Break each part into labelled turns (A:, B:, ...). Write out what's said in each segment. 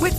A: With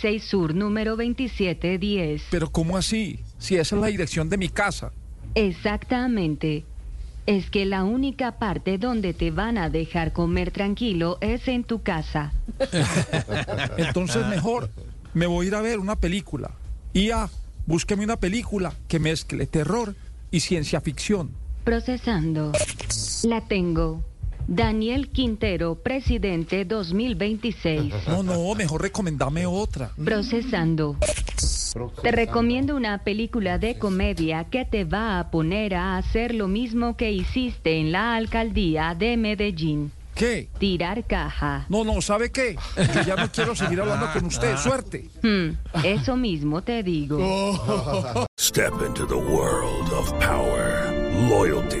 B: 6 Sur número 2710.
C: Pero ¿cómo así? Si esa es la dirección de mi casa.
B: Exactamente. Es que la única parte donde te van a dejar comer tranquilo es en tu casa.
C: Entonces, mejor me voy a ir a ver una película. Y ah, búsqueme una película que mezcle terror y ciencia ficción.
B: Procesando. La tengo. Daniel Quintero, presidente 2026.
C: No, no, mejor recomendame otra.
B: Procesando. Te recomiendo una película de comedia que te va a poner a hacer lo mismo que hiciste en la alcaldía de Medellín.
C: ¿Qué?
B: Tirar caja.
C: No, no, ¿sabe qué? Que ya no quiero seguir hablando con usted. Suerte.
B: Hmm, eso mismo te digo.
D: Step into the world of power, loyalty,